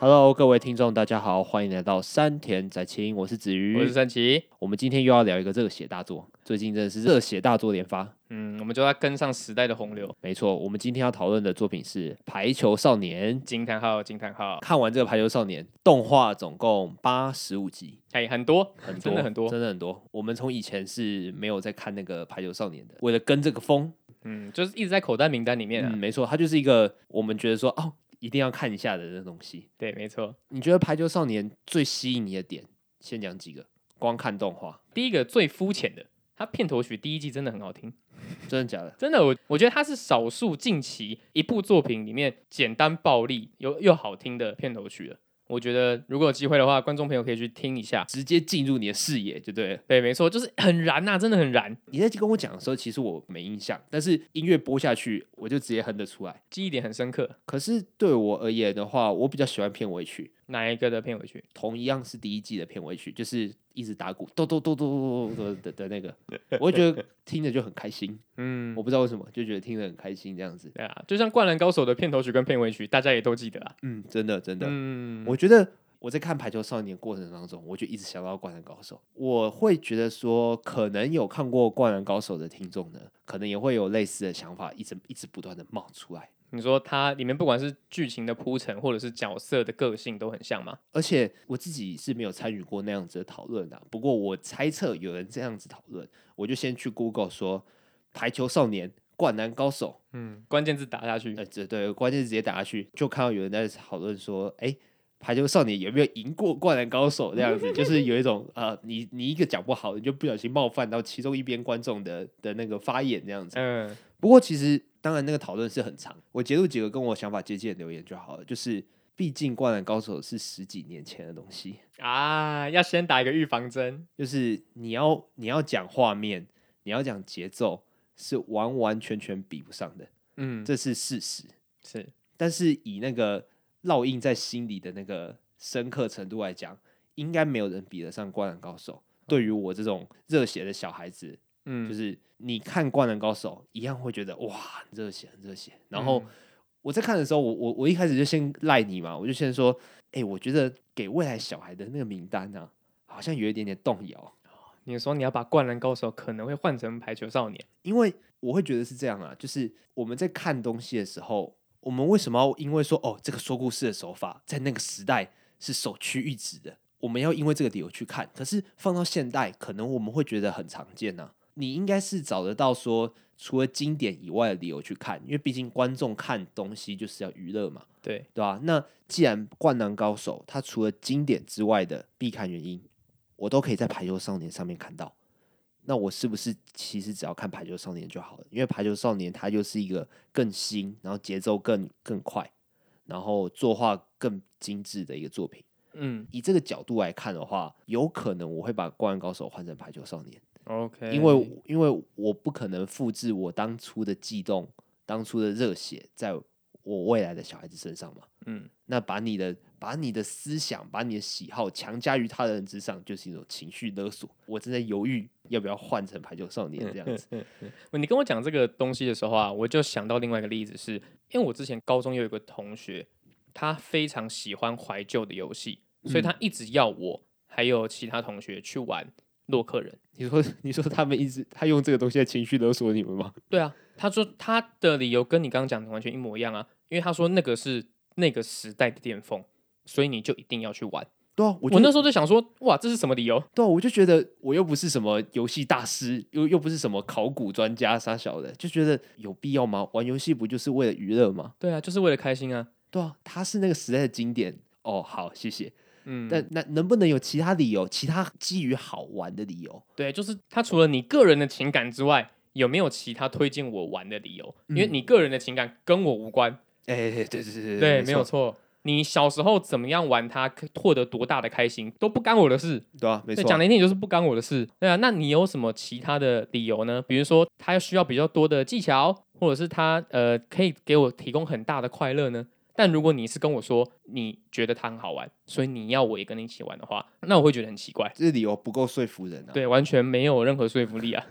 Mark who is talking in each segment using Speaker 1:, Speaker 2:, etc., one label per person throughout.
Speaker 1: Hello，各位听众，大家好，欢迎来到山田仔青，我是子瑜。
Speaker 2: 我是三奇。
Speaker 1: 我们今天又要聊一个热血大作，最近真的是热血大作连发。
Speaker 2: 嗯，我们就要跟上时代的洪流。
Speaker 1: 没错，我们今天要讨论的作品是《排球少年》。
Speaker 2: 惊叹号，惊叹号，
Speaker 1: 看完这个《排球少年》动画，总共八十五集，
Speaker 2: 哎、很多，
Speaker 1: 很多，
Speaker 2: 真的很多。
Speaker 1: 真的很多。我们从以前是没有在看那个《排球少年》的，为了跟这个风，
Speaker 2: 嗯，就是一直在口袋名单里面啊。
Speaker 1: 嗯，没错，它就是一个我们觉得说哦，一定要看一下的那东西。
Speaker 2: 对，没错。
Speaker 1: 你觉得《排球少年》最吸引你的点？先讲几个，光看动画，
Speaker 2: 第一个最肤浅的，它片头曲第一季真的很好听，
Speaker 1: 真的假的？
Speaker 2: 真的，我我觉得它是少数近期一部作品里面简单暴力又又好听的片头曲了。我觉得如果有机会的话，观众朋友可以去听一下。
Speaker 1: 直接进入你的视野，就对了。
Speaker 2: 对，没错，就是很燃呐、真的很燃，
Speaker 1: 你在跟我讲的时候，其实我没印象，但是音乐播下去，我就直接哼得出来。
Speaker 2: 记忆点很深刻。
Speaker 1: 可是对我而言的话，我比较喜欢片尾曲，
Speaker 2: 哪一个的片尾曲？
Speaker 1: 同一样是第一季的片尾曲，就是一直打鼓，咚咚咚咚咚咚咚的的 那个，我会觉得听着就很开心。
Speaker 2: 嗯，
Speaker 1: 我不知道为什么，就觉得听着很开心这样子。
Speaker 2: 对啊，就像《灌篮高手》的片头曲跟片尾曲，大家也都记得啊。
Speaker 1: 嗯，真的真的，
Speaker 2: 嗯
Speaker 1: 我觉得我在看《排球少年》过程当中，我就一直想到《灌篮高手》。我会觉得说，可能有看过《灌篮高手》的听众呢，可能也会有类似的想法，一直一直不断的冒出来。
Speaker 2: 你说它里面不管是剧情的铺陈，或者是角色的个性都很像吗？
Speaker 1: 而且我自己是没有参与过那样子的讨论的，不过我猜测有人这样子讨论，我就先去 Google 说《排球少年》《灌篮高手》
Speaker 2: 嗯，关键字打下去，
Speaker 1: 呃，这对关键是直接打下去，就看到有人在讨论说，哎、排球少年有没有赢过灌篮高手这样子，就是有一种呃，你你一个讲不好，你就不小心冒犯到其中一边观众的的那个发言这样子。
Speaker 2: 嗯，
Speaker 1: 不过其实当然那个讨论是很长，我截录几个跟我想法接近的留言就好了，就是。毕竟《灌篮高手》是十几年前的东西，
Speaker 2: 啊，要先打一个预防针，
Speaker 1: 就是你要你要讲画面，你要讲节奏，是完完全全比不上的，
Speaker 2: 嗯，
Speaker 1: 这是事实。
Speaker 2: 是
Speaker 1: 但是以那个烙印在心里的那个深刻程度来讲，应该没有人比得上《灌篮高手》。对于我这种热血的小孩子，
Speaker 2: 嗯，
Speaker 1: 就是你看《灌篮高手》一样会觉得哇，很热血，很热血。然
Speaker 2: 嗯
Speaker 1: 后我在看的时候，我我我一开始就先赖你嘛，我就先说，哎、我觉得给未来小孩的那个名单啊，好像有一点点动摇，
Speaker 2: 嗯你说你要把《灌篮高手》可能会换成《排球少年》，
Speaker 1: 因为我会觉得是这样啊，就是我们在看东西的时候，我们为什么要因为说哦，这个说故事的手法在那个时代是首屈一指的，我们要因为这个理由去看。可是放到现代，可能我们会觉得很常见呐、你应该是找得到说除了经典以外的理由去看，因为毕竟观众看东西就是要娱乐嘛，
Speaker 2: 对，
Speaker 1: 对吧、那既然《灌篮高手》它除了经典之外的必看原因，我都可以在《排球少年》上面看到，那我是不是其实只要看《排球少年》就好了？因为《排球少年》它就是一个更新，然后节奏更更快，然后作画更精致的一个作品。
Speaker 2: 嗯
Speaker 1: 以这个角度来看的话，有可能我会把《灌篮高手》换成《排球少年》。
Speaker 2: ，OK，
Speaker 1: 因为因为我不可能复制我当初的悸动、当初的热血，在我未来的小孩子身上嘛。
Speaker 2: 嗯，
Speaker 1: 那把你的把你的思想、把你的喜好强加于他人之上，就是一种情绪勒索。我正在犹豫要不要换成排球少年这样子。
Speaker 2: 你跟我讲这个东西的时候啊，我就想到另外一个例子是，因为我之前高中有一个同学，他非常喜欢怀旧的游戏，所以他一直要我还有其他同学去玩洛克人。
Speaker 1: 你说你说他们一直他用这个东西来情绪勒索你们吗？
Speaker 2: 对啊，他说他的理由跟你刚刚讲的完全一模一样啊，因为他说那个是那个时代的巅峰，所以你就一定要去玩。
Speaker 1: 对啊，我
Speaker 2: 我
Speaker 1: 就
Speaker 2: 那时候就想说，哇，这是什么理由？
Speaker 1: 对啊，我就觉得我又不是什么游戏大师，又又不是什么考古专家啥小的，就觉得有必要吗？玩游戏不就是为了娱乐吗？
Speaker 2: 对啊，就是为了开心啊。
Speaker 1: 对啊，它是那个时代的经典。哦，好，谢谢。
Speaker 2: 嗯，
Speaker 1: 但那能不能有其他理由？其他基于好玩的理由？
Speaker 2: 对，就是他除了你个人的情感之外，有没有其他推荐我玩的理由？因为你个人的情感跟我无关。
Speaker 1: 哎、对对对嗯对
Speaker 2: 对，没有，错。你小时候怎么样玩它，获得多大的开心都不干我的事。
Speaker 1: 对啊，没
Speaker 2: 对，
Speaker 1: 错，
Speaker 2: 讲难听点就是不干我的事。对啊，那你有什么其他的理由呢？比如说他需要比较多的技巧，或者是他呃可以给我提供很大的快乐呢？但如果你是跟我说你觉得它很好玩，所以你要我也跟你一起玩的话，那我会觉得很奇怪。
Speaker 1: 这理由不够说服人啊。
Speaker 2: 对，完全没有任何说服力啊。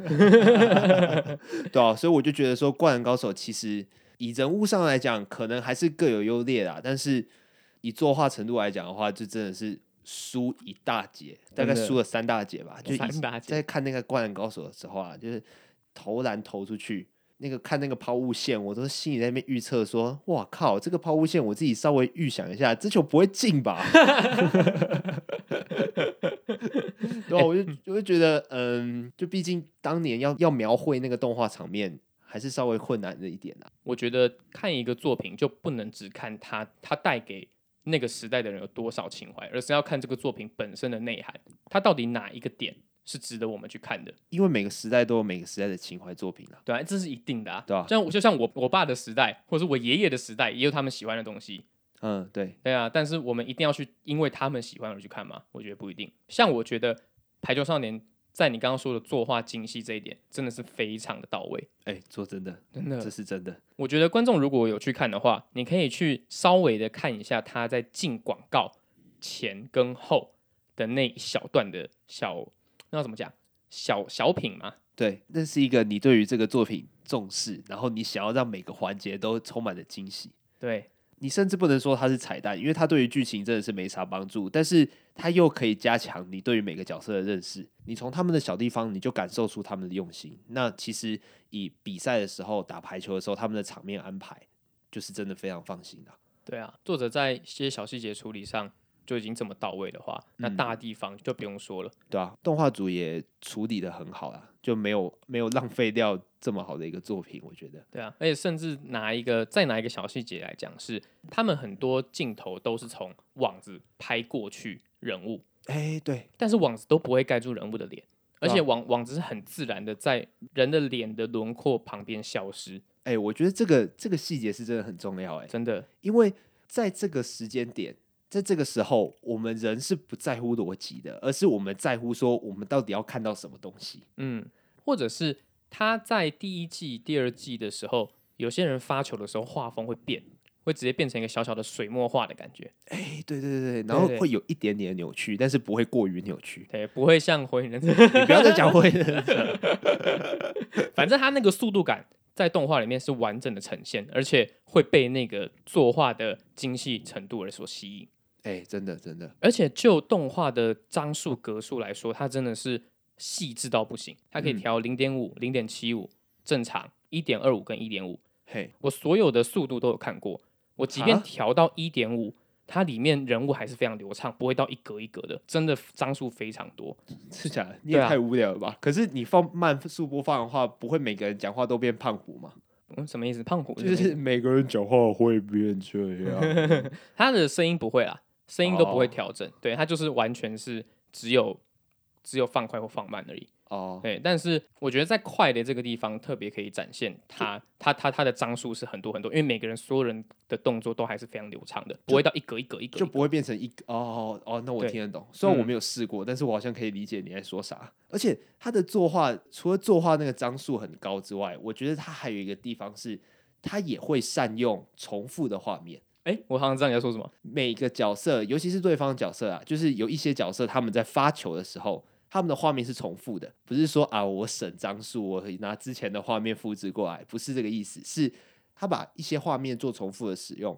Speaker 1: 对啊，所以我就觉得说，《灌篮高手》其实以人物上来讲，可能还是各有优劣啦。但是以作画程度来讲的话，就真的是输一大截，大
Speaker 2: 真
Speaker 1: 概
Speaker 2: 的
Speaker 1: 输了三大截吧。就以
Speaker 2: 三大截
Speaker 1: 在看那个《灌篮高手》的时候啊，就是投篮投出去。那个看那个抛物线，我都心里在那边预测说：“哇靠，这个抛物线我自己稍微预想一下，这球不会进吧？” 对、啊，我就我就觉得，嗯，就毕竟当年要要描绘那个动画场面，还是稍微困难了一点啊。
Speaker 2: 我觉得看一个作品就不能只看它它带给那个时代的人有多少情怀，而是要看这个作品本身的内涵，它到底哪一个点是值得我们去看的，
Speaker 1: 因为每个时代都有每个时代的情怀作品啊。
Speaker 2: 对啊，这是一定的啊，
Speaker 1: 对啊
Speaker 2: 像我就像我我爸的时代，或者是我爷爷的时代，也有他们喜欢的东西，
Speaker 1: 嗯，对，
Speaker 2: 对啊，但是我们一定要去因为他们喜欢而去看吗？我觉得不一定。像我觉得《排球少年》在你刚刚说的作画精细这一点，真的是非常的到位，
Speaker 1: 哎，说真的，
Speaker 2: 真的
Speaker 1: 这是真的。
Speaker 2: 我觉得观众如果有去看的话，你可以去稍微的看一下他在进广告前跟后的那一小段的小，那要怎么讲？小小品嘛，
Speaker 1: 对，那是一个你对于这个作品重视，然后你想要让每个环节都充满了惊喜。
Speaker 2: 对
Speaker 1: 你甚至不能说它是彩蛋，因为它对于剧情真的是没啥帮助，但是它又可以加强你对于每个角色的认识。你从他们的小地方，你就感受出他们的用心。那其实以比赛的时候打排球的时候，他们的场面安排就是真的非常放心的、
Speaker 2: 对啊。作者在一些小细节处理上就已经这么到位的话，那
Speaker 1: 嗯
Speaker 2: 大地方就不用说了。
Speaker 1: 对啊，动画组也处理的很好啦，就没有没有浪费掉这么好的一个作品，我觉得。
Speaker 2: 对啊，而且甚至拿一个再拿一个小细节来讲是，他们很多镜头都是从网子拍过去人物，
Speaker 1: 哎、对，
Speaker 2: 但是网子都不会盖住人物的脸，而
Speaker 1: 对啊
Speaker 2: 且网网子是很自然的在人的脸的轮廓旁边消失，
Speaker 1: 哎、我觉得这个这个细节是真的很重要、哎，
Speaker 2: 真的
Speaker 1: 因为在这个时间点，在这个时候，我们人是不在乎逻辑的，而是我们在乎说我们到底要看到什么东西。
Speaker 2: 嗯，或者是他在第一季、第二季的时候，有些人发球的时候画风会变，会直接变成一个小小的水墨画的感觉，
Speaker 1: 哎、对对对对，然后
Speaker 2: 对对。
Speaker 1: 会有一点点扭曲，但是不会过于扭曲
Speaker 2: 对，不会像火影 忍者，
Speaker 1: 你不要再讲会了，
Speaker 2: 反正他那个速度感在动画里面是完整的呈现，而且会被那个作画的精细程度而所吸引。
Speaker 1: 哎、真的真的，
Speaker 2: 而且就动画的张数格数来说，它真的是细致到不行，它可以
Speaker 1: 嗯
Speaker 2: 调零点五、零点七五、正常、一点二五跟一点五。
Speaker 1: 嘿，
Speaker 2: 我所有的速度都有看过，我即便
Speaker 1: 啊
Speaker 2: 调到一点五，它里面人物还是非常流畅，不会到一格一格的，真的张数非常多。
Speaker 1: 是假的，你也
Speaker 2: 对啊
Speaker 1: 太无聊了吧？可是你放慢速播放的话，不会每个人讲话都变胖虎吗？
Speaker 2: 嗯，什么意思？胖虎什么
Speaker 1: 就
Speaker 2: 意思
Speaker 1: 是每个人讲话会变这样。
Speaker 2: 他的声音不会啦，声音都不会
Speaker 1: 哦
Speaker 2: 调整，对他就是完全是只有只有放快或放慢而已。
Speaker 1: 哦，
Speaker 2: 对，但是我觉得在快的这个地方特别可以展现他他他他的张数是很多很多，因为每个人所有人的动作都还是非常流畅的，不会到一格一格一格一
Speaker 1: 就
Speaker 2: 格。
Speaker 1: 不会变成一个哦哦哦，那我
Speaker 2: 对
Speaker 1: 听得懂。虽然我
Speaker 2: 嗯
Speaker 1: 没有试过，但是我好像可以理解你在说啥。而且他的作画，除了作画那个张数很高之外，我觉得他还有一个地方是，他也会善用重复的画面。
Speaker 2: 哎，我好像知道你在说什么。
Speaker 1: 每个角色，尤其是对方角色啊，就是有一些角色他们在发球的时候，他们的画面是重复的，不是说啊我省张数，我拿之前的画面复制过来，不是这个意思，是他把一些画面做重复的使用，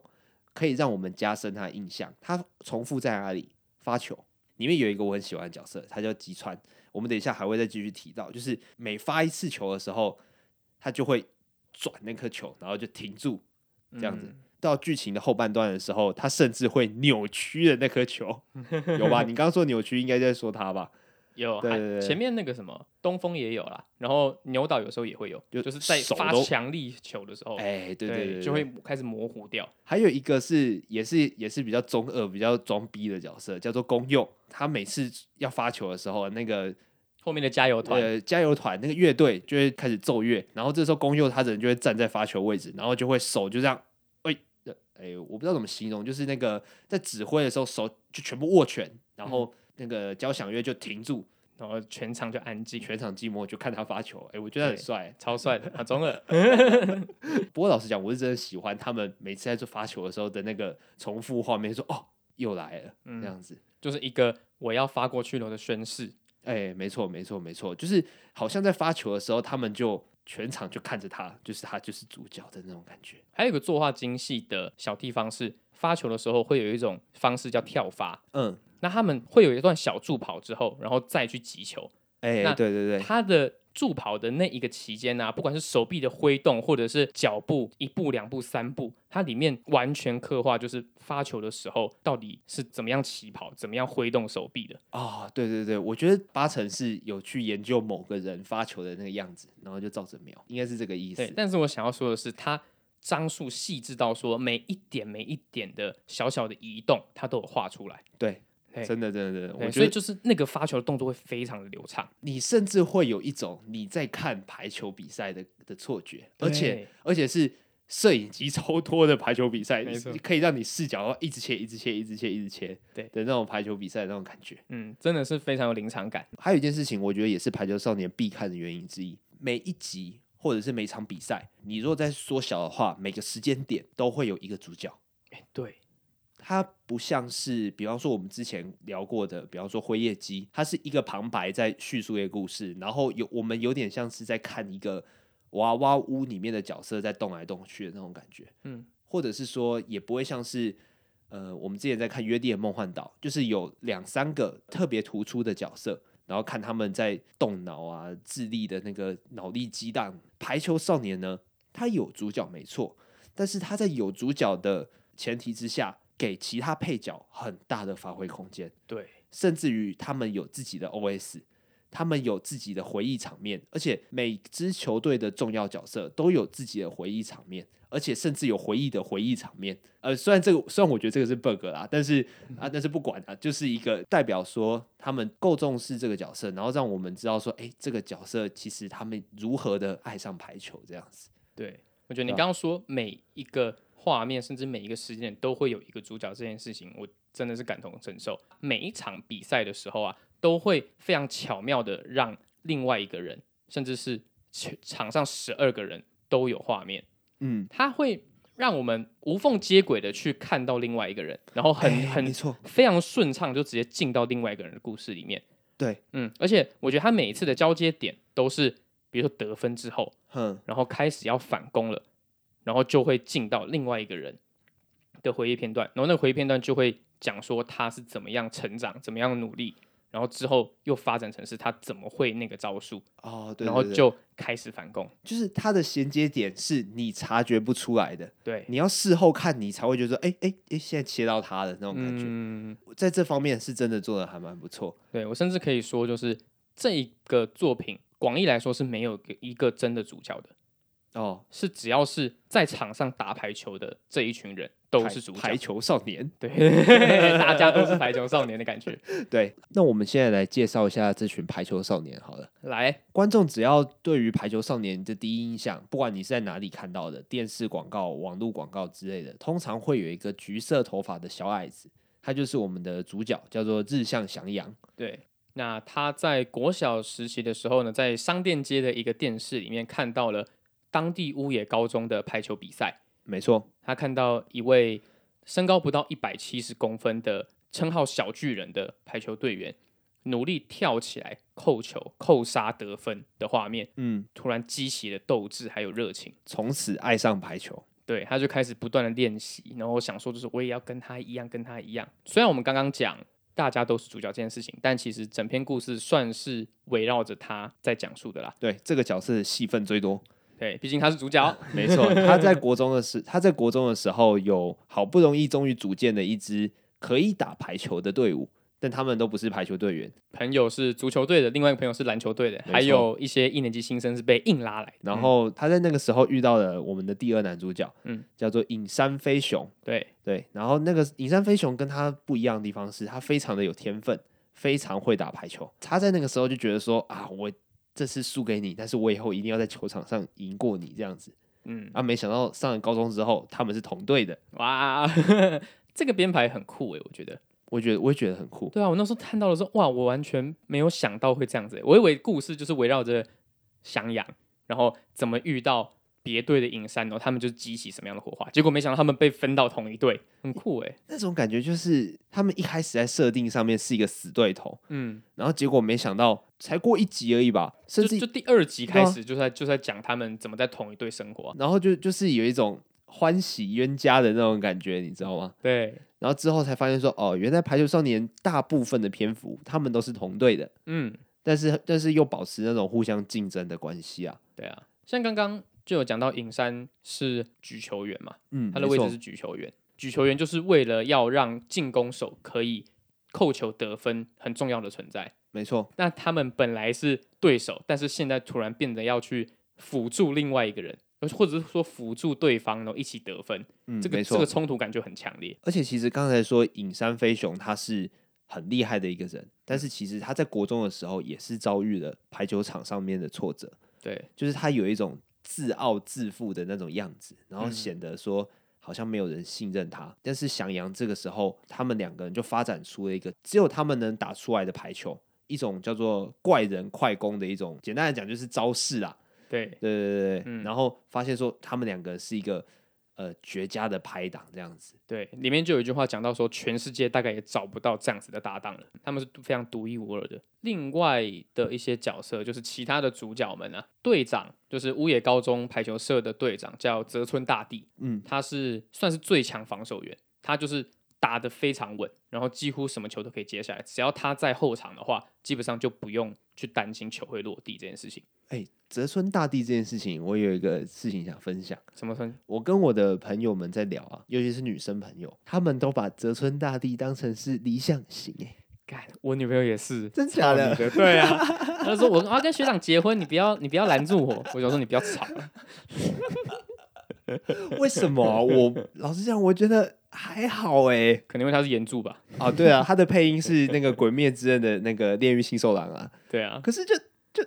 Speaker 1: 可以让我们加深他的印象。他重复在哪里发球？里面有一个我很喜欢的角色，他叫吉川，我们等一下还会再继续提到，就是每发一次球的时候，他就会转那颗球，然后就停住，这样子。
Speaker 2: 嗯
Speaker 1: 到剧情的后半段的时候，他甚至会扭曲的那颗球，有吧？你刚刚说扭曲，应该在说他吧？
Speaker 2: 有，
Speaker 1: 对
Speaker 2: 还
Speaker 1: 对对
Speaker 2: 前面那个什么东风也有啦，然后牛岛有时候也会有，
Speaker 1: 就
Speaker 2: 就是在
Speaker 1: 手
Speaker 2: 发
Speaker 1: 都
Speaker 2: 强力球的时候，
Speaker 1: 哎、对对对对
Speaker 2: 就会开始模糊掉。
Speaker 1: 还有一个是也是也是比较中二、比较装逼的角色，叫做公用。他每次要发球的时候，那个
Speaker 2: 后面的加油团，
Speaker 1: 呃加油团那个乐队就会开始奏乐，然后这时候公佑他人就会站在发球位置，然后就会手就这样，哎、呃哎，我不知道怎么形容，就是那个在指挥的时候手就全部握拳，然后那个交响乐就停住，
Speaker 2: 然后全场就安静，
Speaker 1: 全场寂寞就看他发球，哎、我觉得很
Speaker 2: 对
Speaker 1: 帅。
Speaker 2: 超帅的啊，中二。
Speaker 1: 不过老实讲，我是真的喜欢他们每次在做发球的时候的那个重复画面，说哦又来了、
Speaker 2: 嗯
Speaker 1: 这样子。
Speaker 2: 就是一个我要发过去了的宣誓。
Speaker 1: 哎、没错，没错，没错，就是好像在发球的时候，他们就全场就看着他，就是他就是主角的那种感觉。
Speaker 2: 还有一个作画精细的小地方是，发球的时候会有一种方式叫跳发，
Speaker 1: 嗯，
Speaker 2: 那他们会有一段小助跑之后，然后再去击球。
Speaker 1: 哎、
Speaker 2: 那
Speaker 1: 对对对，
Speaker 2: 他的助跑的那一个期间呢、啊，不管是手臂的挥动，或者是脚步一步、两步、三步，它里面完全刻画就是发球的时候到底是怎么样起跑，怎么样挥动手臂的。
Speaker 1: 啊、对对对，我觉得八成是有去研究某个人发球的那个样子，然后就照着瞄，应该是这个意思
Speaker 2: 对，。但是我想要说的是，它张数细致到说每一点每一点的小小的移动，它都有画出来。
Speaker 1: 对，
Speaker 2: 对
Speaker 1: 真的真的真的，我
Speaker 2: 对所
Speaker 1: 觉
Speaker 2: 以
Speaker 1: 得
Speaker 2: 就是那个发球的动作会非常的流畅，
Speaker 1: 你甚至会有一种你在看排球比赛的的错觉，而且
Speaker 2: 对
Speaker 1: 而且是摄影机 超多的排球比赛，
Speaker 2: 没错
Speaker 1: 可以让你视角要一直切、一直切、一直切、一直切，
Speaker 2: 对
Speaker 1: 的那种排球比赛的那种感觉。
Speaker 2: 嗯，真的是非常有临场感。
Speaker 1: 还有一件事情，我觉得也是排球少年必看的原因之一。每一集或者是每场比赛，你如果再缩小的话，每个时间点都会有一个主角。
Speaker 2: 哎，对，
Speaker 1: 它不像是，比方说我们之前聊过的，比方说《辉夜姬》，它是一个旁白在叙述一个故事，然后有我们有点像是在看一个娃娃屋里面的角色在动来动去的那种感觉。
Speaker 2: 嗯，
Speaker 1: 或者是说也不会像是呃，我们之前在看《约定的梦幻岛》，就是有两三个特别突出的角色，然后看他们在动脑啊、智力的那个脑力激荡。排球少年呢，他有主角没错，但是他在有主角的前提之下，给其他配角很大的发挥空间。
Speaker 2: 对，
Speaker 1: 甚至于他们有自己的 OS，他们有自己的回忆场面，而且每支球队的重要角色都有自己的回忆场面，而且甚至有回忆的回忆场面。呃，虽然这个虽然我觉得这个是 bug 啦，但 是啊，但是不管啊，就是一个代表说他们够重视这个角色，然后让我们知道说，哎，这个角色其实他们如何的爱上排球这样子。
Speaker 2: 对，我觉得你
Speaker 1: 对啊
Speaker 2: 刚刚说每一个画面，甚至每一个时间点都会有一个主角这件事情，我真的是感同身受。每一场比赛的时候啊，都会非常巧妙的让另外一个人，甚至是全场上十二个人都有画面，
Speaker 1: 嗯，
Speaker 2: 它会让我们无缝接轨的去看到另外一个人，然后很
Speaker 1: 哎没
Speaker 2: 很
Speaker 1: 错，
Speaker 2: 非常顺畅，就直接进到另外一个人的故事里面。
Speaker 1: 对，
Speaker 2: 嗯，而且我觉得他每一次的交接点都是，比如说得分之后，
Speaker 1: 哼，
Speaker 2: 然后开始要反攻了，然后就会进到另外一个人的回忆片段，然后那个回忆片段就会讲说他是怎么样成长，怎么样努力，然后之后又发展成是他怎么会那个招数，
Speaker 1: 哦，对
Speaker 2: 然后
Speaker 1: 对对
Speaker 2: 就开始反攻。
Speaker 1: 就是它的衔接点是你察觉不出来的。
Speaker 2: 对，
Speaker 1: 你要事后看，你才会觉得说，哎哎哎，现在切到他的那种感觉，
Speaker 2: 嗯，
Speaker 1: 在这方面是真的做的还蛮不错。
Speaker 2: 对我甚至可以说，就是这一个作品广义来说是没有一个真的主角的，
Speaker 1: 哦，
Speaker 2: 是只要是在场上打排球的这一群人都
Speaker 1: 排
Speaker 2: 是主角
Speaker 1: 排，球少年。
Speaker 2: 对， 大家都是排球少年的感觉。
Speaker 1: 对，那我们现在来介绍一下这群排球少年好了。
Speaker 2: 来，
Speaker 1: 观众只要对于排球少年的第一印象，不管你是在哪里看到的，电视广告、网络广告之类的，通常会有一个橘色头发的小矮子，他就是我们的主角，叫做日向翔阳。
Speaker 2: 对，那他在国小时期的时候呢，在商店街的一个电视里面看到了当地乌野高中的排球比赛，
Speaker 1: 没错，
Speaker 2: 他看到一位身高不到一百七十公分的称号“小巨人”的排球队员努力跳起来扣球、扣杀得分的画面，
Speaker 1: 嗯，
Speaker 2: 突然激起了斗志还有热情。
Speaker 1: 从此爱上排球。
Speaker 2: 对，他就开始不断的练习，然后想说就是我也要跟他一样，跟他一样。虽然我们刚刚讲大家都是主角这件事情，但其实整篇故事算是围绕着他在讲述的啦。
Speaker 1: 对，这个角色的戏份最多。
Speaker 2: 对，毕竟他是 主角。
Speaker 1: 没错，他在国中的时，他在国中的时候有好不容易终于组建了一支可以打排球的队伍，但他们都不是排球队员。
Speaker 2: 朋友是足球队的，另外一个朋友是篮球队的，
Speaker 1: 没
Speaker 2: 还
Speaker 1: 错
Speaker 2: 有一些一年级新生是被硬拉来的。
Speaker 1: 然后他在那个时候遇到了我们的第二男主角，
Speaker 2: 嗯，
Speaker 1: 叫做影山飞雄。
Speaker 2: 对，
Speaker 1: 对，然后那个影山飞雄跟他不一样的地方是，他非常的有天分，非常会打排球。他在那个时候就觉得说啊，我这次输给你，但是我以后一定要在球场上赢过你这样子。
Speaker 2: 嗯，
Speaker 1: 啊，没想到上了高中之后，他们是同队的，
Speaker 2: 哇， 这个编排很酷欸诶，我觉得。
Speaker 1: 我觉得我也觉得很酷。
Speaker 2: 对啊，我那时候看到的时候，哇，我完全没有想到会这样子欸。我以为故事就是围绕着翔阳，然后怎么遇到别队的影山，然后他们就激起什么样的火花。结果没想到他们被分到同一队，很酷哎。
Speaker 1: 那种感觉就是他们一开始在设定上面是一个死对头，
Speaker 2: 嗯，
Speaker 1: 然后结果没想到才过一集而已吧，甚
Speaker 2: 就
Speaker 1: 至
Speaker 2: 就第二集
Speaker 1: 对
Speaker 2: 开
Speaker 1: 啊
Speaker 2: 始就在就在讲他们怎么在同一队生活啊、
Speaker 1: 然后就就是有一种欢喜冤家的那种感觉，你知道吗？
Speaker 2: 对，
Speaker 1: 然后之后才发现说，哦，原来排球少年大部分的篇幅他们都是同队的，
Speaker 2: 嗯，
Speaker 1: 但是但是又保持那种互相竞争的关系啊。
Speaker 2: 对啊，像刚刚就有讲到尹山是举球员嘛，
Speaker 1: 嗯，
Speaker 2: 他的
Speaker 1: 没
Speaker 2: 位
Speaker 1: 错
Speaker 2: 置是举球员，举球员就是为了要让进攻手可以扣球得分很重要的存在。
Speaker 1: 没错，
Speaker 2: 那他们本来是对手，但是现在突然变得要去辅助另外一个人，或者是说辅助对方，然后一起得分，
Speaker 1: 嗯，
Speaker 2: 这
Speaker 1: 没
Speaker 2: 个
Speaker 1: 错。
Speaker 2: 这个冲突感就很强烈。
Speaker 1: 而且其实刚才说隐山飞雄他是很厉害的一个人，但
Speaker 2: 嗯
Speaker 1: 是其实他在国中的时候也是遭遇了排球场上面的挫折，
Speaker 2: 对，
Speaker 1: 就是他有一种自傲自负的那种样子，然后
Speaker 2: 嗯
Speaker 1: 显得说好像没有人信任他。但是翔阳这个时候，他们两个人就发展出了一个只有他们能打出来的排球，一种叫做怪人快攻的一种，简单来讲就是招式啦。
Speaker 2: 对，
Speaker 1: 对对对对，
Speaker 2: 嗯
Speaker 1: 然后发现说他们两个是一个呃绝佳的拍档这样子。
Speaker 2: 对，里面就有一句话讲到说，全世界大概也找不到这样子的搭档了，他们是非常独一无二的。另外的一些角色，就是其他的主角们啊，队长就是乌野高中排球社的队长，叫泽村大地，
Speaker 1: 嗯，
Speaker 2: 他是算是最强防守员，他就是打得非常稳，然后几乎什么球都可以接下来，只要他在后场的话，基本上就不用去担心球会落地这件事情。
Speaker 1: 哎，泽村大地这件事情，我有一个事情想分享。
Speaker 2: 什么分？
Speaker 1: 我跟我的朋友们在聊啊，尤其是女生朋友，她们都把泽村大地当成是理想型、哎，
Speaker 2: 干，我女朋友也是。
Speaker 1: 真 假
Speaker 2: 你的对啊，他就说我我要跟学长结婚，你不要你不要拦住我。我想说你不要吵，
Speaker 1: 为什么啊、我老实讲，我觉得还好哎、
Speaker 2: 可能因为他是岩柱吧。
Speaker 1: 啊，对啊，他的配音是那个《鬼灭之刃》的那个炼狱新兽郎啊，
Speaker 2: 对啊，
Speaker 1: 可是就就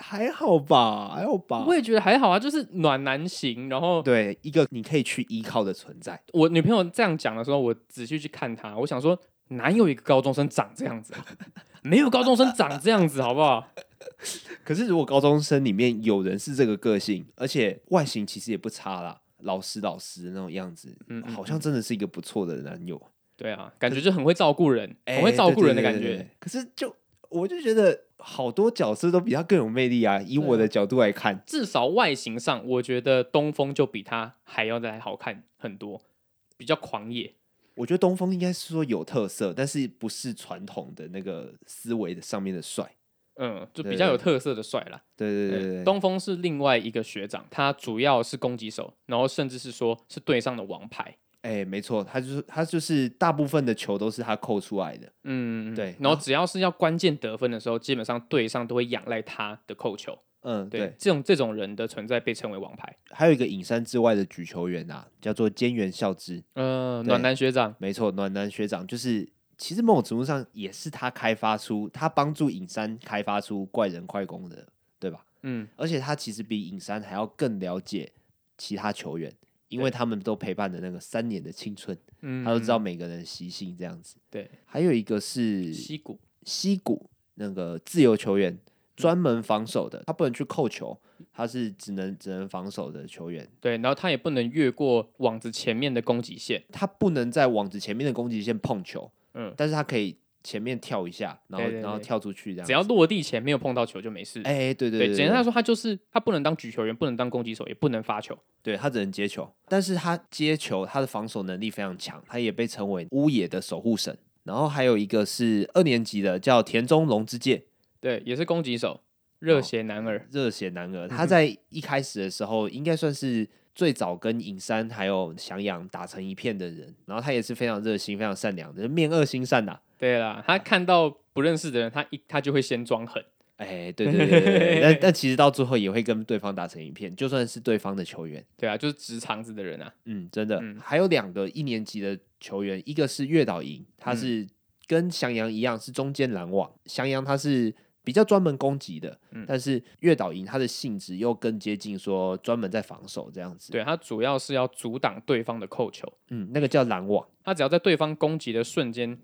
Speaker 1: 还好吧，还好吧
Speaker 2: 我。也觉得还好啊，就是暖男型。然后
Speaker 1: 哦对，一个你可以去依靠的存在，
Speaker 2: 我女朋友这样讲的时候，我仔细去看她，我想说哪有一个高中生长这样子 啊？没有高中生长这样子，好不好？
Speaker 1: 可是如果高中生里面有人是这个个性，而且外形其实也不差啦，老实老实的那种样子，
Speaker 2: 嗯嗯
Speaker 1: 好像真的是一个不错的男友，
Speaker 2: 对啊，感觉就很会照顾人，
Speaker 1: 哎
Speaker 2: 很会照顾人
Speaker 1: 对
Speaker 2: 的感
Speaker 1: 对对对
Speaker 2: 觉。
Speaker 1: 对可是就我就觉得好多角色都比他更有魅力啊，以
Speaker 2: 对啊
Speaker 1: 我的角度来看，
Speaker 2: 至少外形上，我觉得东风就比他还要再好看很多，比较狂野。
Speaker 1: 我觉得东风应该是说有特色，但是不是传统的那个思维的上面的帅。
Speaker 2: 嗯，就
Speaker 1: 对
Speaker 2: 比较有
Speaker 1: 对
Speaker 2: 特色的帅啦。
Speaker 1: 对对对对对，
Speaker 2: 东风是另外一个学长，他主要是攻击手，然后甚至是说是队上的王牌。
Speaker 1: 哎、没错，他就是他就是大部分的球都是他扣出来的。
Speaker 2: 嗯，
Speaker 1: 对
Speaker 2: 然后只要是要关键得分的时候，基本上队上都会仰赖他的扣球。
Speaker 1: 嗯，对，
Speaker 2: 对，这种这种人的存在被称为王牌。
Speaker 1: 还有一个隐山之外的举球员啊，叫做菅原孝之。
Speaker 2: 嗯、
Speaker 1: 对
Speaker 2: 暖男学长。
Speaker 1: 没错，暖男学长就是，其实某种程度上也是他开发出，他帮助隐山开发出怪人快攻的，对吧？
Speaker 2: 嗯，
Speaker 1: 而且他其实比尹山还要更了解其他球员，因为他们都陪伴的那个三年的青春，
Speaker 2: 嗯
Speaker 1: 他都知道每个人的习性这样子。
Speaker 2: 对，
Speaker 1: 还有一个是
Speaker 2: 西嗯谷
Speaker 1: 西谷那个自由球员，专门防守的，他不能去扣球，他是只能只能防守的球员，
Speaker 2: 对，然后他也不能越过网子前面的攻击线。
Speaker 1: 他不能在网子前面的攻击线碰球，
Speaker 2: 嗯，
Speaker 1: 但是他可以前面跳一下，然后
Speaker 2: 对对对
Speaker 1: 然后跳出去这样子。
Speaker 2: 只要落地前没有碰到球就没事。
Speaker 1: 哎、对对对
Speaker 2: 对
Speaker 1: 对
Speaker 2: 简单来说，他就是他不能当举球员，不能当攻击手，也不能发球。
Speaker 1: 对他只能接球，但是他接球，他的防守能力非常强，他也被称为乌野的守护神。然后还有一个是二年级的，叫田中龙之介，
Speaker 2: 对，也是攻击手，热血男儿。
Speaker 1: 热血男儿。
Speaker 2: 嗯
Speaker 1: 他在一开始的时候，应该算是最早跟影山还有翔阳打成一片的人。然后他也是非常热心、非常善良的，面恶心善呐、
Speaker 2: 对啦，他看到不认识的人，他一他就会先装狠。
Speaker 1: 哎，对对对对对 对，但但其实到最后也会跟对方打成一片，就算是对方的球员。
Speaker 2: 对啊，就是直肠子的人啊。
Speaker 1: 嗯，真的，
Speaker 2: 嗯
Speaker 1: 还有两个一年级的球员，一个是月岛银，他
Speaker 2: 嗯
Speaker 1: 是跟翔阳一样是中间拦网，翔阳他是比较专门攻击的，
Speaker 2: 嗯
Speaker 1: 但是月岛银他的性质又更接近说专门在防守这样子。，
Speaker 2: 对他主要是要阻挡对方的扣球，
Speaker 1: 嗯，那个叫拦网，
Speaker 2: 他只要在对方攻击的瞬间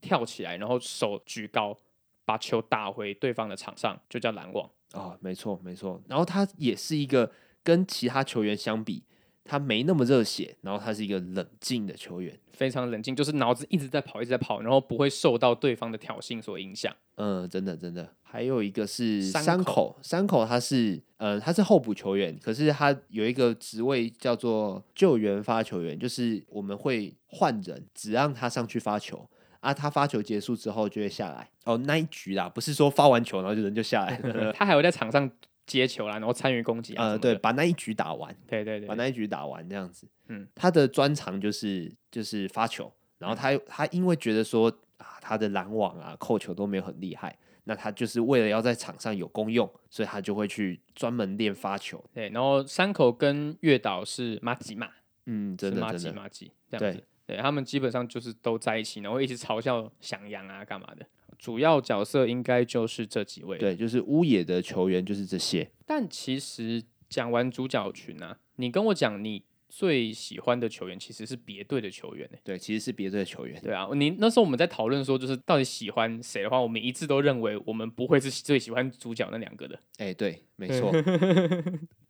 Speaker 2: 跳起来，然后手举高，把球打回对方的场上，就叫拦网。
Speaker 1: 哦，没错没错。然后他也是一个跟其他球员相比，他没那么热血，然后他是一个冷静的球员。
Speaker 2: 非常冷静，就是脑子一直在跑，一直在跑，然后不会受到对方的挑衅所影响。
Speaker 1: 嗯，真的真的，还有一个是
Speaker 2: 山
Speaker 1: 山
Speaker 2: 口，
Speaker 1: 口，山口他是呃他是候补球员，可是他有一个职位叫做救援发球员，就是我们会换人，只让他上去发球啊，他发球结束之后就会下来。啊哦，那一局啦，不是说发完球然后就人就下 来了
Speaker 2: 他还会在场上接球啦，然后参与攻击啊什
Speaker 1: 呃，
Speaker 2: 么
Speaker 1: 对，
Speaker 2: 的。
Speaker 1: 把那一局打完，
Speaker 2: 对对
Speaker 1: 把
Speaker 2: 对，
Speaker 1: 那一局打完这样子。
Speaker 2: 嗯嗯
Speaker 1: 嗯，他的专长就是就是发球，然后他他因为觉得说啊，他的拦网啊、扣球都没有很厉害，那他就是为了要在场上有功用，所以他就会去专门练发球。
Speaker 2: 对，然后山口跟月岛是马吉马，
Speaker 1: 嗯，
Speaker 2: 是
Speaker 1: 真
Speaker 2: 马
Speaker 1: 的
Speaker 2: 吉
Speaker 1: 真的，
Speaker 2: 马吉这样子。对他们基本上就是都在一起，然后一直嘲笑翔阳啊干嘛的。主要角色应该就是这几位。，
Speaker 1: 对，就是乌野的球员就是这些。
Speaker 2: 但其实讲完主角群啊，你跟我讲你最喜欢的球员其实是别队的球员、欸
Speaker 1: 对，其实是别队的球员。
Speaker 2: 对啊，你那时候我们在讨论说，就是到底喜欢谁的话，我们一致都认为我们不会是最喜欢主角那两个的。
Speaker 1: 哎、对，没错。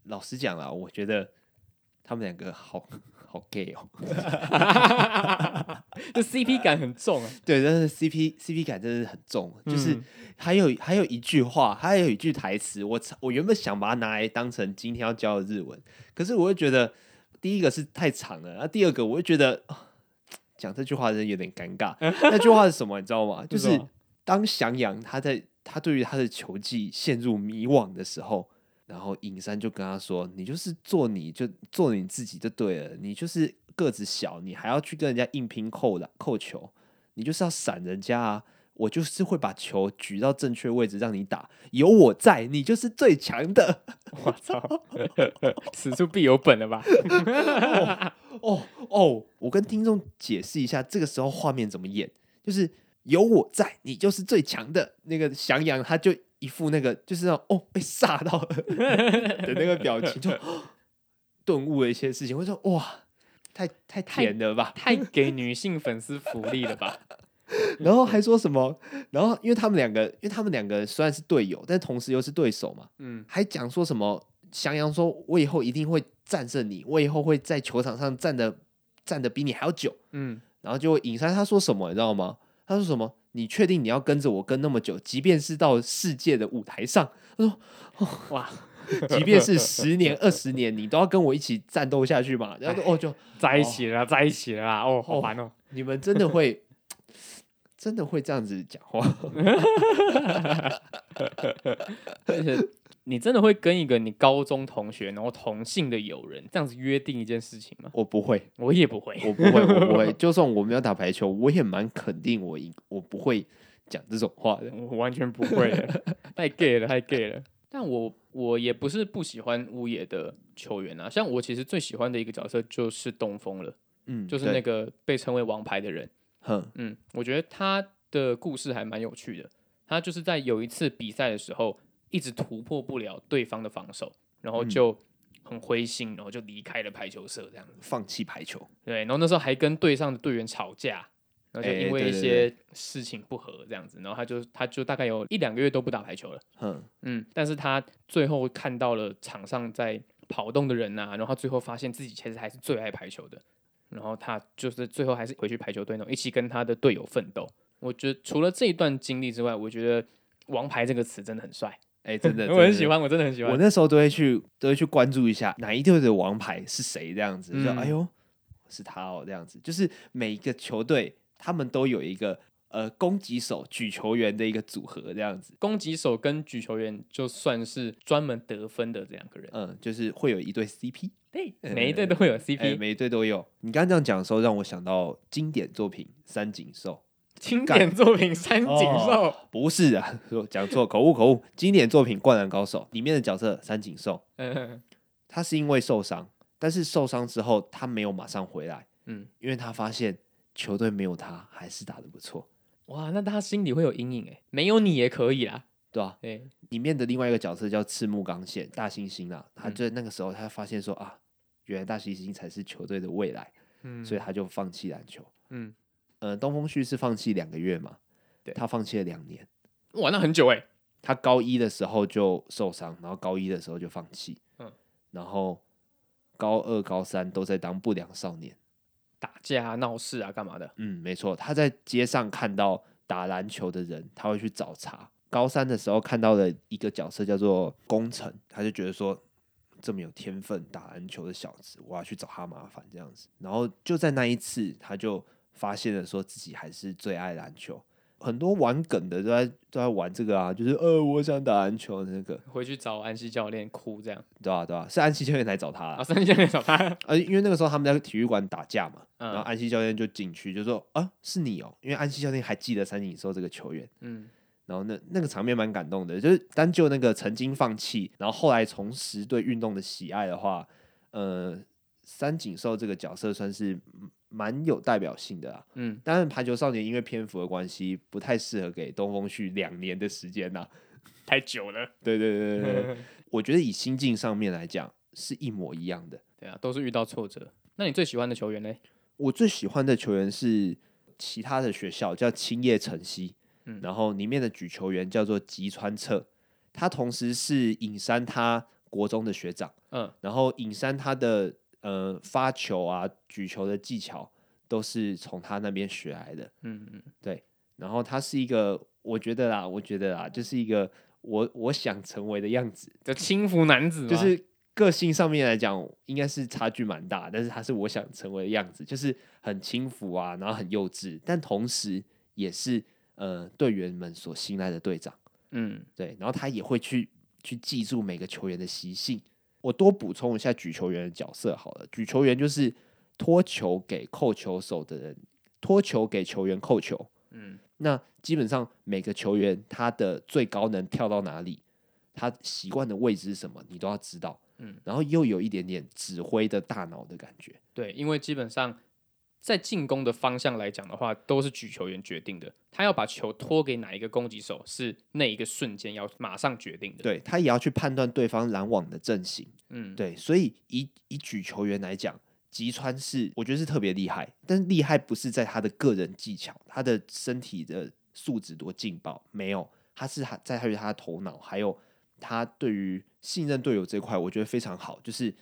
Speaker 1: 老实讲啦，我觉得他们两个好好 gay 哦。
Speaker 2: 这 CP 感很重啊。
Speaker 1: 对，但是 CP CP 感真的是很重，就是
Speaker 2: 嗯
Speaker 1: 还有还有一句话，还有一句台词，我操我原本想把它拿来当成今天要教的日文，可是我会觉得第一个是太长了，那第二个我会觉得啊讲这句话真的有点尴 尬。那句话是什么，你知道吗？就是
Speaker 2: 什
Speaker 1: 是
Speaker 2: 么
Speaker 1: 当翔阳他在他对于他的球技陷入迷惘的时候。然后尹山就跟他说：“你就是做你就做你自己就对了，你就是个子小，你还要去跟人家硬拼扣的扣球，你就是要闪人家啊！我就是会把球举到正确位置让你打，有我在，你就是最强的。
Speaker 2: 我操， 此处必有本了吧？
Speaker 1: 哦哦，我跟听众解释一下，这个时候画面怎么演，就是有我在，你就是最强的。那个翔阳他就一副那个就是那种哦被吓到了 的那个表情，就 顿悟了一些事情。我就说哇，太太甜了 吧！
Speaker 2: 太给女性粉丝福利了吧？
Speaker 1: 然后还说什么？然后因为他们两个，因为他们两个虽然是队友，但同时又是对手嘛，
Speaker 2: 嗯，
Speaker 1: 还讲说什么翔阳说，我以后一定会战胜你，我以后会在球场上站的站的比你还要久。
Speaker 2: 嗯，
Speaker 1: 然后就尹山他说什么，你知道吗？他说什么？你确定你要跟着我跟那么久，即便是到世界的舞台上，
Speaker 2: 哇，
Speaker 1: 即便是十年、二十年，你都要跟我一起战斗下去嘛？然后就哦，就
Speaker 2: 在一起了啦，在一起了啦，哦，好烦哦。
Speaker 1: 你们真的会 真的会这样子讲话？
Speaker 2: 而且你真的会跟一个你高中同学，然后同性的友人这样子约定一件事情吗？
Speaker 1: 我不会，
Speaker 2: 我也不会。
Speaker 1: 我不会，我 不会。就算我没有打排球，我也蛮肯定我一我不会讲这种话的。
Speaker 2: 我完全不会了，太 gay 了，太 gay 了。但我我也不是不喜欢乌野的球员啊，像我其实最喜欢的一个角色就是东风了，
Speaker 1: 嗯，
Speaker 2: 就是
Speaker 1: 对
Speaker 2: 那个被称为王牌的人。
Speaker 1: 哼，
Speaker 2: 嗯，我觉得他的故事还蛮有趣的。他就是在有一次比赛的时候，一直突破不了对方的防守，然后
Speaker 1: 嗯
Speaker 2: 就很灰心，然后就离开了排球社这样子。
Speaker 1: 放弃排球，
Speaker 2: 对，然后那时候还跟队上的队员吵架，然后就
Speaker 1: 哎
Speaker 2: 因为
Speaker 1: 对
Speaker 2: 一
Speaker 1: 对
Speaker 2: 些事情不和这样子，然后他就他就大概有一两个月都不打排球了，
Speaker 1: 哼，
Speaker 2: 嗯，但是他最后看到了场上在跑动的人呐、然后他最后发现自己其实还是最爱排球的，然后他就是最后还是回去排球队，然后一起跟他的队友奋斗。我觉得除了这一段经历之外，我觉得“王牌”这个词真的很帅，
Speaker 1: 哎、真的，
Speaker 2: 我很
Speaker 1: 真的
Speaker 2: 喜。欢，我真的很喜
Speaker 1: 我
Speaker 2: 欢。
Speaker 1: 那时候都会去，都会去关注一下哪一队的王牌是谁，这样子，就
Speaker 2: 嗯
Speaker 1: 哎呦，是他哦，这样子，就是每一个球队他们都有一个呃攻击手、举球员的一个组合，这样子，
Speaker 2: 攻击手跟举球员就算是专门得分的这两个人，
Speaker 1: 嗯，就是会有一对 CP，
Speaker 2: 对，
Speaker 1: 呃
Speaker 2: 每一队都会有
Speaker 1: 哎、
Speaker 2: CP，
Speaker 1: 每一队都有。你刚刚这样讲的时候，让我想到经典作品《三井寿》，
Speaker 2: 经典作品《三井
Speaker 1: 哦
Speaker 2: 寿》
Speaker 1: 不是啊， 说讲错，口误口误。经典作品《灌篮高手》里面的角色三井寿，
Speaker 2: 嗯
Speaker 1: 他是因为受伤，但是受伤之后他没有马上回来，
Speaker 2: 嗯，
Speaker 1: 因为他发现球队没有他还是打得不错，
Speaker 2: 哇，那他心里会有阴影哎，没有你也可以啦，
Speaker 1: 对吧、
Speaker 2: 对，
Speaker 1: 里面的另外一个角色叫赤木刚宪，大猩猩啊，
Speaker 2: 嗯
Speaker 1: 他就在那个时候他发现说啊，原来大猩猩才是球队的未来，
Speaker 2: 嗯
Speaker 1: 所以他就放弃篮球。
Speaker 2: 嗯，
Speaker 1: 呃，东风旭是放弃两个月嘛，
Speaker 2: 对
Speaker 1: 他放弃了两年。
Speaker 2: 哇，那很久哎，
Speaker 1: 他高一的时候就受伤，然后高一的时候就放弃，
Speaker 2: 嗯
Speaker 1: 然后高二、高三都在当不良少年。
Speaker 2: 打架啊、闹事啊、干嘛的？
Speaker 1: 嗯，没错，他在街上看到打篮球的人，他会去找茬。高三的时候看到了一个角色叫做工程，他就觉得说这么有天分打篮球的小子，我要去找他麻烦这样子。然后就在那一次，他就发现了说自己还是最爱篮球。很多玩梗的都在都在玩这个啊，就是呃，我想打篮球那个，
Speaker 2: 回去找安西教练哭这样
Speaker 1: 对啊吧、对吧、是安西教练来找他啦
Speaker 2: 啊，三教练 找他，
Speaker 1: 呃，因为那个时候他们在体育馆打架嘛，然后
Speaker 2: 嗯
Speaker 1: 安西教练就进去就说：“啊，是你哦！”因为安西教练还记得三井寿这个球员，
Speaker 2: 嗯，
Speaker 1: 然后那那个场面蛮感动的，就是单就那个曾经放弃，然后后来重拾对运动的喜爱的话，呃，三井寿这个角色算是嗯蛮有代表性的啦。
Speaker 2: 嗯，
Speaker 1: 当然，排球少年因为篇幅的关系，不太适合给东风旭两年的时间呐。
Speaker 2: 太久了，
Speaker 1: 对对对对对，我觉得以心境上面来讲是一模一样的。
Speaker 2: 对啊，都是遇到挫折。那你最喜欢的球员呢？
Speaker 1: 我最喜欢的球员是其他的学校叫青叶晨曦，
Speaker 2: 嗯
Speaker 1: 然后里面的举球员叫做吉川彻，他同时是影山他国中的学长，
Speaker 2: 嗯，
Speaker 1: 然后影山他的呃发球啊、举球的技巧都是从他那边学来的，
Speaker 2: 嗯嗯，
Speaker 1: 然后他是一个，我觉得啦，我觉得啦，就是一个我我想成为的样子，
Speaker 2: 这轻浮男子吗
Speaker 1: 就是个性上面来讲，应该是差距蛮大，但是他是我想成为的样子，就是很轻浮啊，然后很幼稚，但同时也是呃队员们所信赖的队长，
Speaker 2: 嗯，
Speaker 1: 对，然后他也会去去记住每个球员的习性。我多补充一下举球员的角色好了，举球员就是托球给扣球手的人，托球给球员扣球，
Speaker 2: 嗯，
Speaker 1: 那基本上每个球员他的最高能跳到哪里，他习惯的位置是什么，你都要知道。
Speaker 2: 嗯，
Speaker 1: 然后又有一点点指挥的大脑的感觉。
Speaker 2: 对，因为基本上在进攻的方向来讲的话，都是举球员决定的。他要把球托给哪一个攻击手，是那一个瞬间要马上决定的。，
Speaker 1: 对他也要去判断对方拦网的阵型。
Speaker 2: 嗯，，
Speaker 1: 对，所以以以举球员来讲，吉川是我觉得是特别厉害，但是厉害不是在他的个人技巧，他的身体的素质多劲爆没有，他是他在于他的头脑，还有他对于信任队友这块，我觉得非常好，就是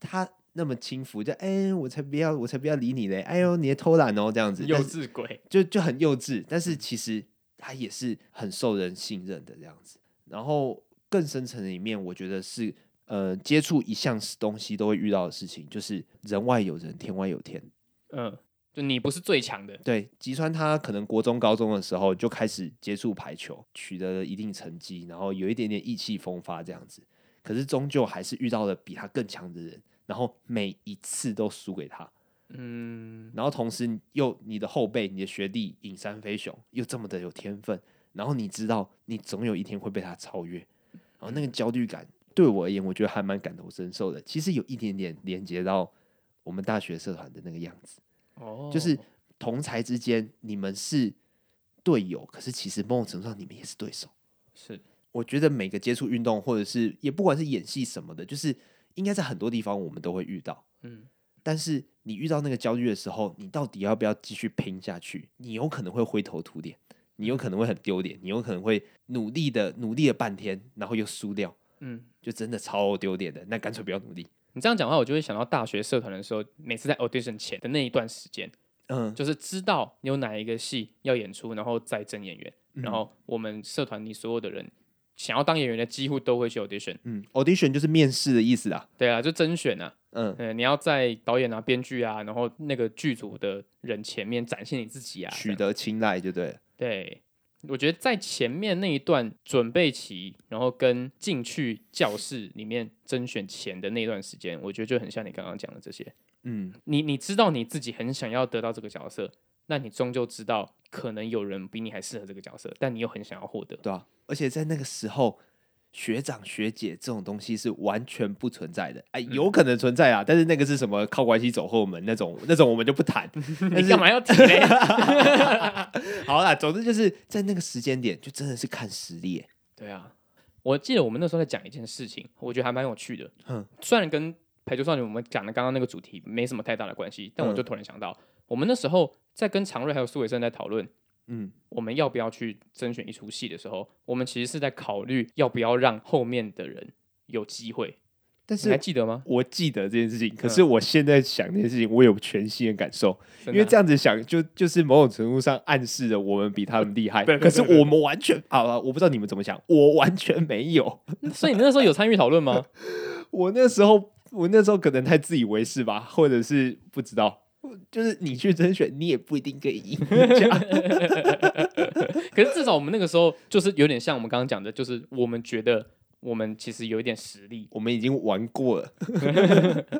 Speaker 1: 他。那么轻浮，就哎，我才不要，我才不要理你嘞！哎呦，你也偷懒哦，这样子，
Speaker 2: 幼
Speaker 1: 但是
Speaker 2: 稚鬼，
Speaker 1: 就就很幼稚，但是其实他也是很受人信任的这样子。然后更深层的一面，我觉得是呃，接触一项东西都会遇到的事情，就是人外有人，天外有天。
Speaker 2: 嗯，就你不是最强的，
Speaker 1: 对，吉川他可能国中、高中的时候就开始接触排球，取得了一定成绩，然后有一点点意气风发这样子。可是终究还是遇到了比他更强的人，然后每一次都输给他。
Speaker 2: 嗯，
Speaker 1: 然后同时你又你的后辈、你的学弟影山飞雄又这么的有天分，然后你知道你总有一天会被他超越，然后那个焦虑感对我而言，我觉得还蛮感同身受的。其实有一点点连接到我们大学社团的那个样子，
Speaker 2: 哦，
Speaker 1: 就是同才之间你们是队友，可是其实某种程度上你们也是对手。
Speaker 2: 是，
Speaker 1: 我觉得每个接触运动，或者是也不管是演戏什么的，就是应该在很多地方我们都会遇到。
Speaker 2: 嗯，
Speaker 1: 但是你遇到那个焦虑的时候，你到底要不要继续拼下去？你有可能会灰头土脸，你有可能会很丢脸，你有可能会努力的努力了半天，然后又输掉，
Speaker 2: 嗯。
Speaker 1: 就真的超丢脸的。那干脆不要努力。
Speaker 2: 你这样讲的话，我就会想到大学社团的时候，每次在 audition 前的那一段时间，
Speaker 1: 嗯，
Speaker 2: 就是知道你有哪一个戏要演出，然后再征演员。然后我们社团里所有的人想要当演员的，几乎都会去 audition。
Speaker 1: 嗯，audition 就是面试的意思啦。
Speaker 2: 对啊，就甄选啊，
Speaker 1: 嗯，
Speaker 2: 嗯，你要在导演啊、编剧啊，然后那个剧组的人前面展现你自己啊。这
Speaker 1: 取
Speaker 2: 样
Speaker 1: 得青睐就对了。
Speaker 2: 对，我觉得在前面那一段准备期，然后跟进去教室里面甄选前的那段时间，我觉得就很像你刚刚讲的这些。
Speaker 1: 嗯，
Speaker 2: 你你知道你自己很想要得到这个角色，那你终究知道可能有人比你还适合这个角色，但你又很想要获得。
Speaker 1: 对啊。而且在那个时候，学长学姐这种东西是完全不存在的。
Speaker 2: 嗯
Speaker 1: 哎，有可能存在啊，但是那个是什么靠关系走后门那种，那种我们就不 谈。但
Speaker 2: 你
Speaker 1: 是
Speaker 2: 干嘛要提嘞？
Speaker 1: 好啦，总之就是在那个时间点，就真的是看实力欸。
Speaker 2: 对啊，我记得我们那时候在讲一件事情，我觉得还蛮有趣的。
Speaker 1: 嗯
Speaker 2: 嗯，虽然跟排球少年我们讲的刚刚那个主题没什么太大的关系，
Speaker 1: 嗯
Speaker 2: 但我就突然想到，我们那时候在跟常瑞还有苏伟生在讨论。
Speaker 1: 嗯，
Speaker 2: 我们要不要去甄选一出戏的时候，我们其实是在考虑要不要让后面的人有机会，
Speaker 1: 但
Speaker 2: 你还嗯
Speaker 1: 是
Speaker 2: 记得吗？
Speaker 1: 我记得这件事情，可是我现在想这件事情，我有全新的感受，
Speaker 2: 真
Speaker 1: 因为
Speaker 2: 的啊
Speaker 1: 这样子想，就就是某种程度上暗示了我们比他们厉害。
Speaker 2: 对对
Speaker 1: 可是
Speaker 2: 对对
Speaker 1: 我们完全好了，我不知道你们怎么想，我完全没有。
Speaker 2: 啊所以你那时候有参与讨论吗？
Speaker 1: 我那时候，我那时候可能太自以为是吧，或者是不知道。就是你去甄选，你也不一定可以赢人家。
Speaker 2: 可是至少我们那个时候就是有点像我们刚刚讲的，就是我们觉得我们其实有一点实力，
Speaker 1: 我们已经玩过了，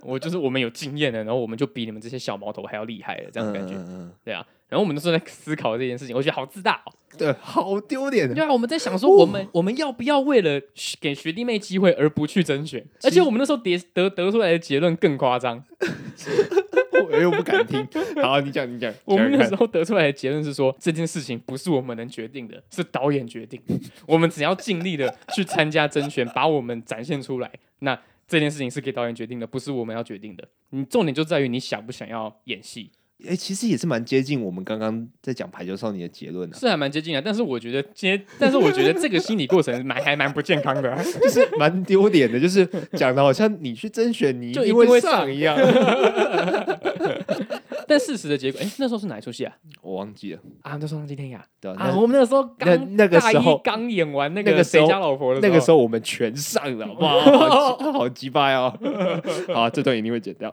Speaker 2: 我就是我们有经验了，然后我们就比你们这些小毛头还要厉害了，这样的感觉
Speaker 1: 嗯。嗯嗯
Speaker 2: 对啊，然后我们那时候在思考这件事情，我觉得好自大哦。
Speaker 1: 对，哦好丢脸。
Speaker 2: 对啊，我们在想说，我们我们要不要为了学给学弟妹机会而不去甄选？而且我们那时候得得得出来的结论更夸张，
Speaker 1: 我又不敢听。好，你讲，你讲。
Speaker 2: 我们
Speaker 1: 讲
Speaker 2: 那
Speaker 1: 看
Speaker 2: 时候得出来的结论是说，这件事情不是我们能决定的，是导演决定。我们只要尽力的去参加甄选，把我们展现出来，那这件事情是给导演决定的，不是我们要决定的。你重点就在于你想不想要演戏，
Speaker 1: 哎、其实也是蛮接近我们刚刚在讲排球少年的结论啊，
Speaker 2: 是还蛮接近的。但是我觉得接，但是我觉得这个心理过程蛮还蛮不健康的、 啊。
Speaker 1: 就是蛮丢脸的，就是讲的好像你去甄选你
Speaker 2: 就一
Speaker 1: 定
Speaker 2: 定会
Speaker 1: 上
Speaker 2: 上
Speaker 1: 一样。
Speaker 2: 但事实的结果，哎、那时候是哪一出戏啊？
Speaker 1: 我忘记了，
Speaker 2: 啊，那时候《浪迹天涯》
Speaker 1: 对吧、
Speaker 2: 啊，我们那时候
Speaker 1: 那
Speaker 2: 刚
Speaker 1: 那个时候
Speaker 2: 大一刚演完那
Speaker 1: 那
Speaker 2: 个
Speaker 1: 个时
Speaker 2: 谁
Speaker 1: 候
Speaker 2: 家老婆
Speaker 1: 那
Speaker 2: 的
Speaker 1: 那个时
Speaker 2: 候，
Speaker 1: 候我们全上了，哇，好鸡好鸡巴 哦！好，这段一定会剪掉。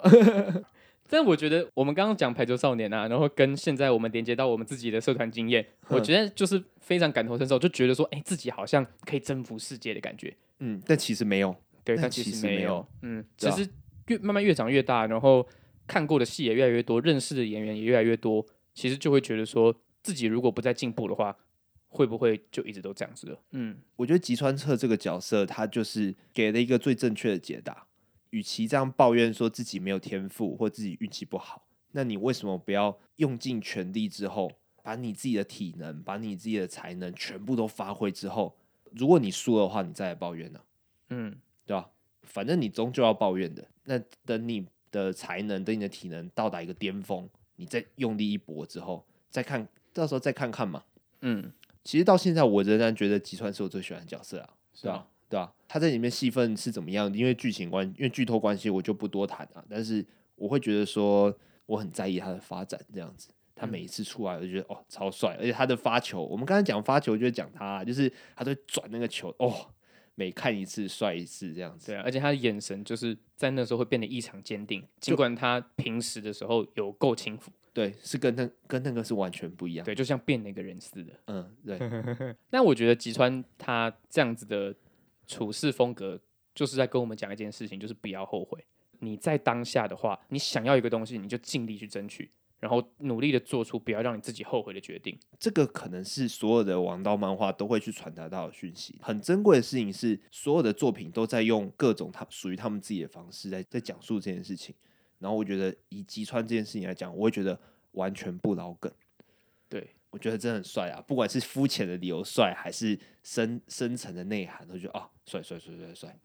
Speaker 2: 但我觉得我们刚刚讲排球少年啊，然后跟现在我们连接到我们自己的社团经验，我觉得就是非常感同身受，就觉得说，哎、自己好像可以征服世界的感觉。
Speaker 1: 嗯，但其实没有，
Speaker 2: 对，
Speaker 1: 但
Speaker 2: 但其
Speaker 1: 其
Speaker 2: 实
Speaker 1: 实没
Speaker 2: 没
Speaker 1: 有
Speaker 2: 有，嗯，
Speaker 1: 对
Speaker 2: 只
Speaker 1: 啊
Speaker 2: 是越慢慢越长越大，然后看过的戏也越来越多，认识的演员也越来越多，其实就会觉得说，自己如果不再进步的话，会不会就一直都这样子了？嗯，
Speaker 1: 我觉得吉川彻这个角色，他就是给了一个最正确的解答。与其这样抱怨说自己没有天赋或自己运气不好，那你为什么不要用尽全力之后，把你自己的体能、把你自己的才能全部都发挥之后，如果你输的话，你再来抱怨呢、
Speaker 2: 嗯，
Speaker 1: 对吧？反正你终究要抱怨的。那等你的才能、等你的体能到达一个巅峰，你再用力一搏之后，再看到时候再看看嘛。
Speaker 2: 嗯，
Speaker 1: 其实到现在，我仍然觉得吉川是我最喜欢的角色啊，
Speaker 2: 是
Speaker 1: 对
Speaker 2: 啊
Speaker 1: 啊，对啊，他在里面戏份是怎么样？因为剧情关，因为剧透关系，我就不多谈啊。但是我会觉得说，我很在意他的发展，这样子。他
Speaker 2: 嗯
Speaker 1: 每一次出来，我就觉得哦，超帅，而且他的发球，我们刚才讲发球，就是讲他啊，就是他都会转那个球，哦，每看一次帅一次这样子。
Speaker 2: 对啊，而且他的眼神就是在那时候会变得异常坚定，尽管他平时的时候有够轻浮，
Speaker 1: 对，是跟那跟那个是完全不一样。
Speaker 2: 对，就像变了一个人似的。
Speaker 1: 嗯，对，
Speaker 2: 但我觉得吉川他这样子的处事风格，就是在跟我们讲一件事情，就是不要后悔。你在当下的话，你想要一个东西，你就尽力去争取，然后努力的做出不要让你自己后悔的决定。
Speaker 1: 这个可能是所有的王道漫画都会去传达到的讯息。很珍贵的事情是，所有的作品都在用各种他属于他们自己的方式在在讲述这件事情。然后我觉得以吉川这件事情来讲，我会觉得完全不老梗。
Speaker 2: 对，
Speaker 1: 我觉得真的很帅啊！不管是肤浅的理由帅，还是深深层的内涵，都觉得啊，帅帅帅帅帅。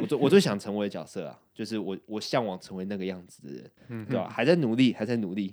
Speaker 1: 我最我最想成为的角色啊，就是我我向往成为那个样子的人，对吧、还在努力，还在努力，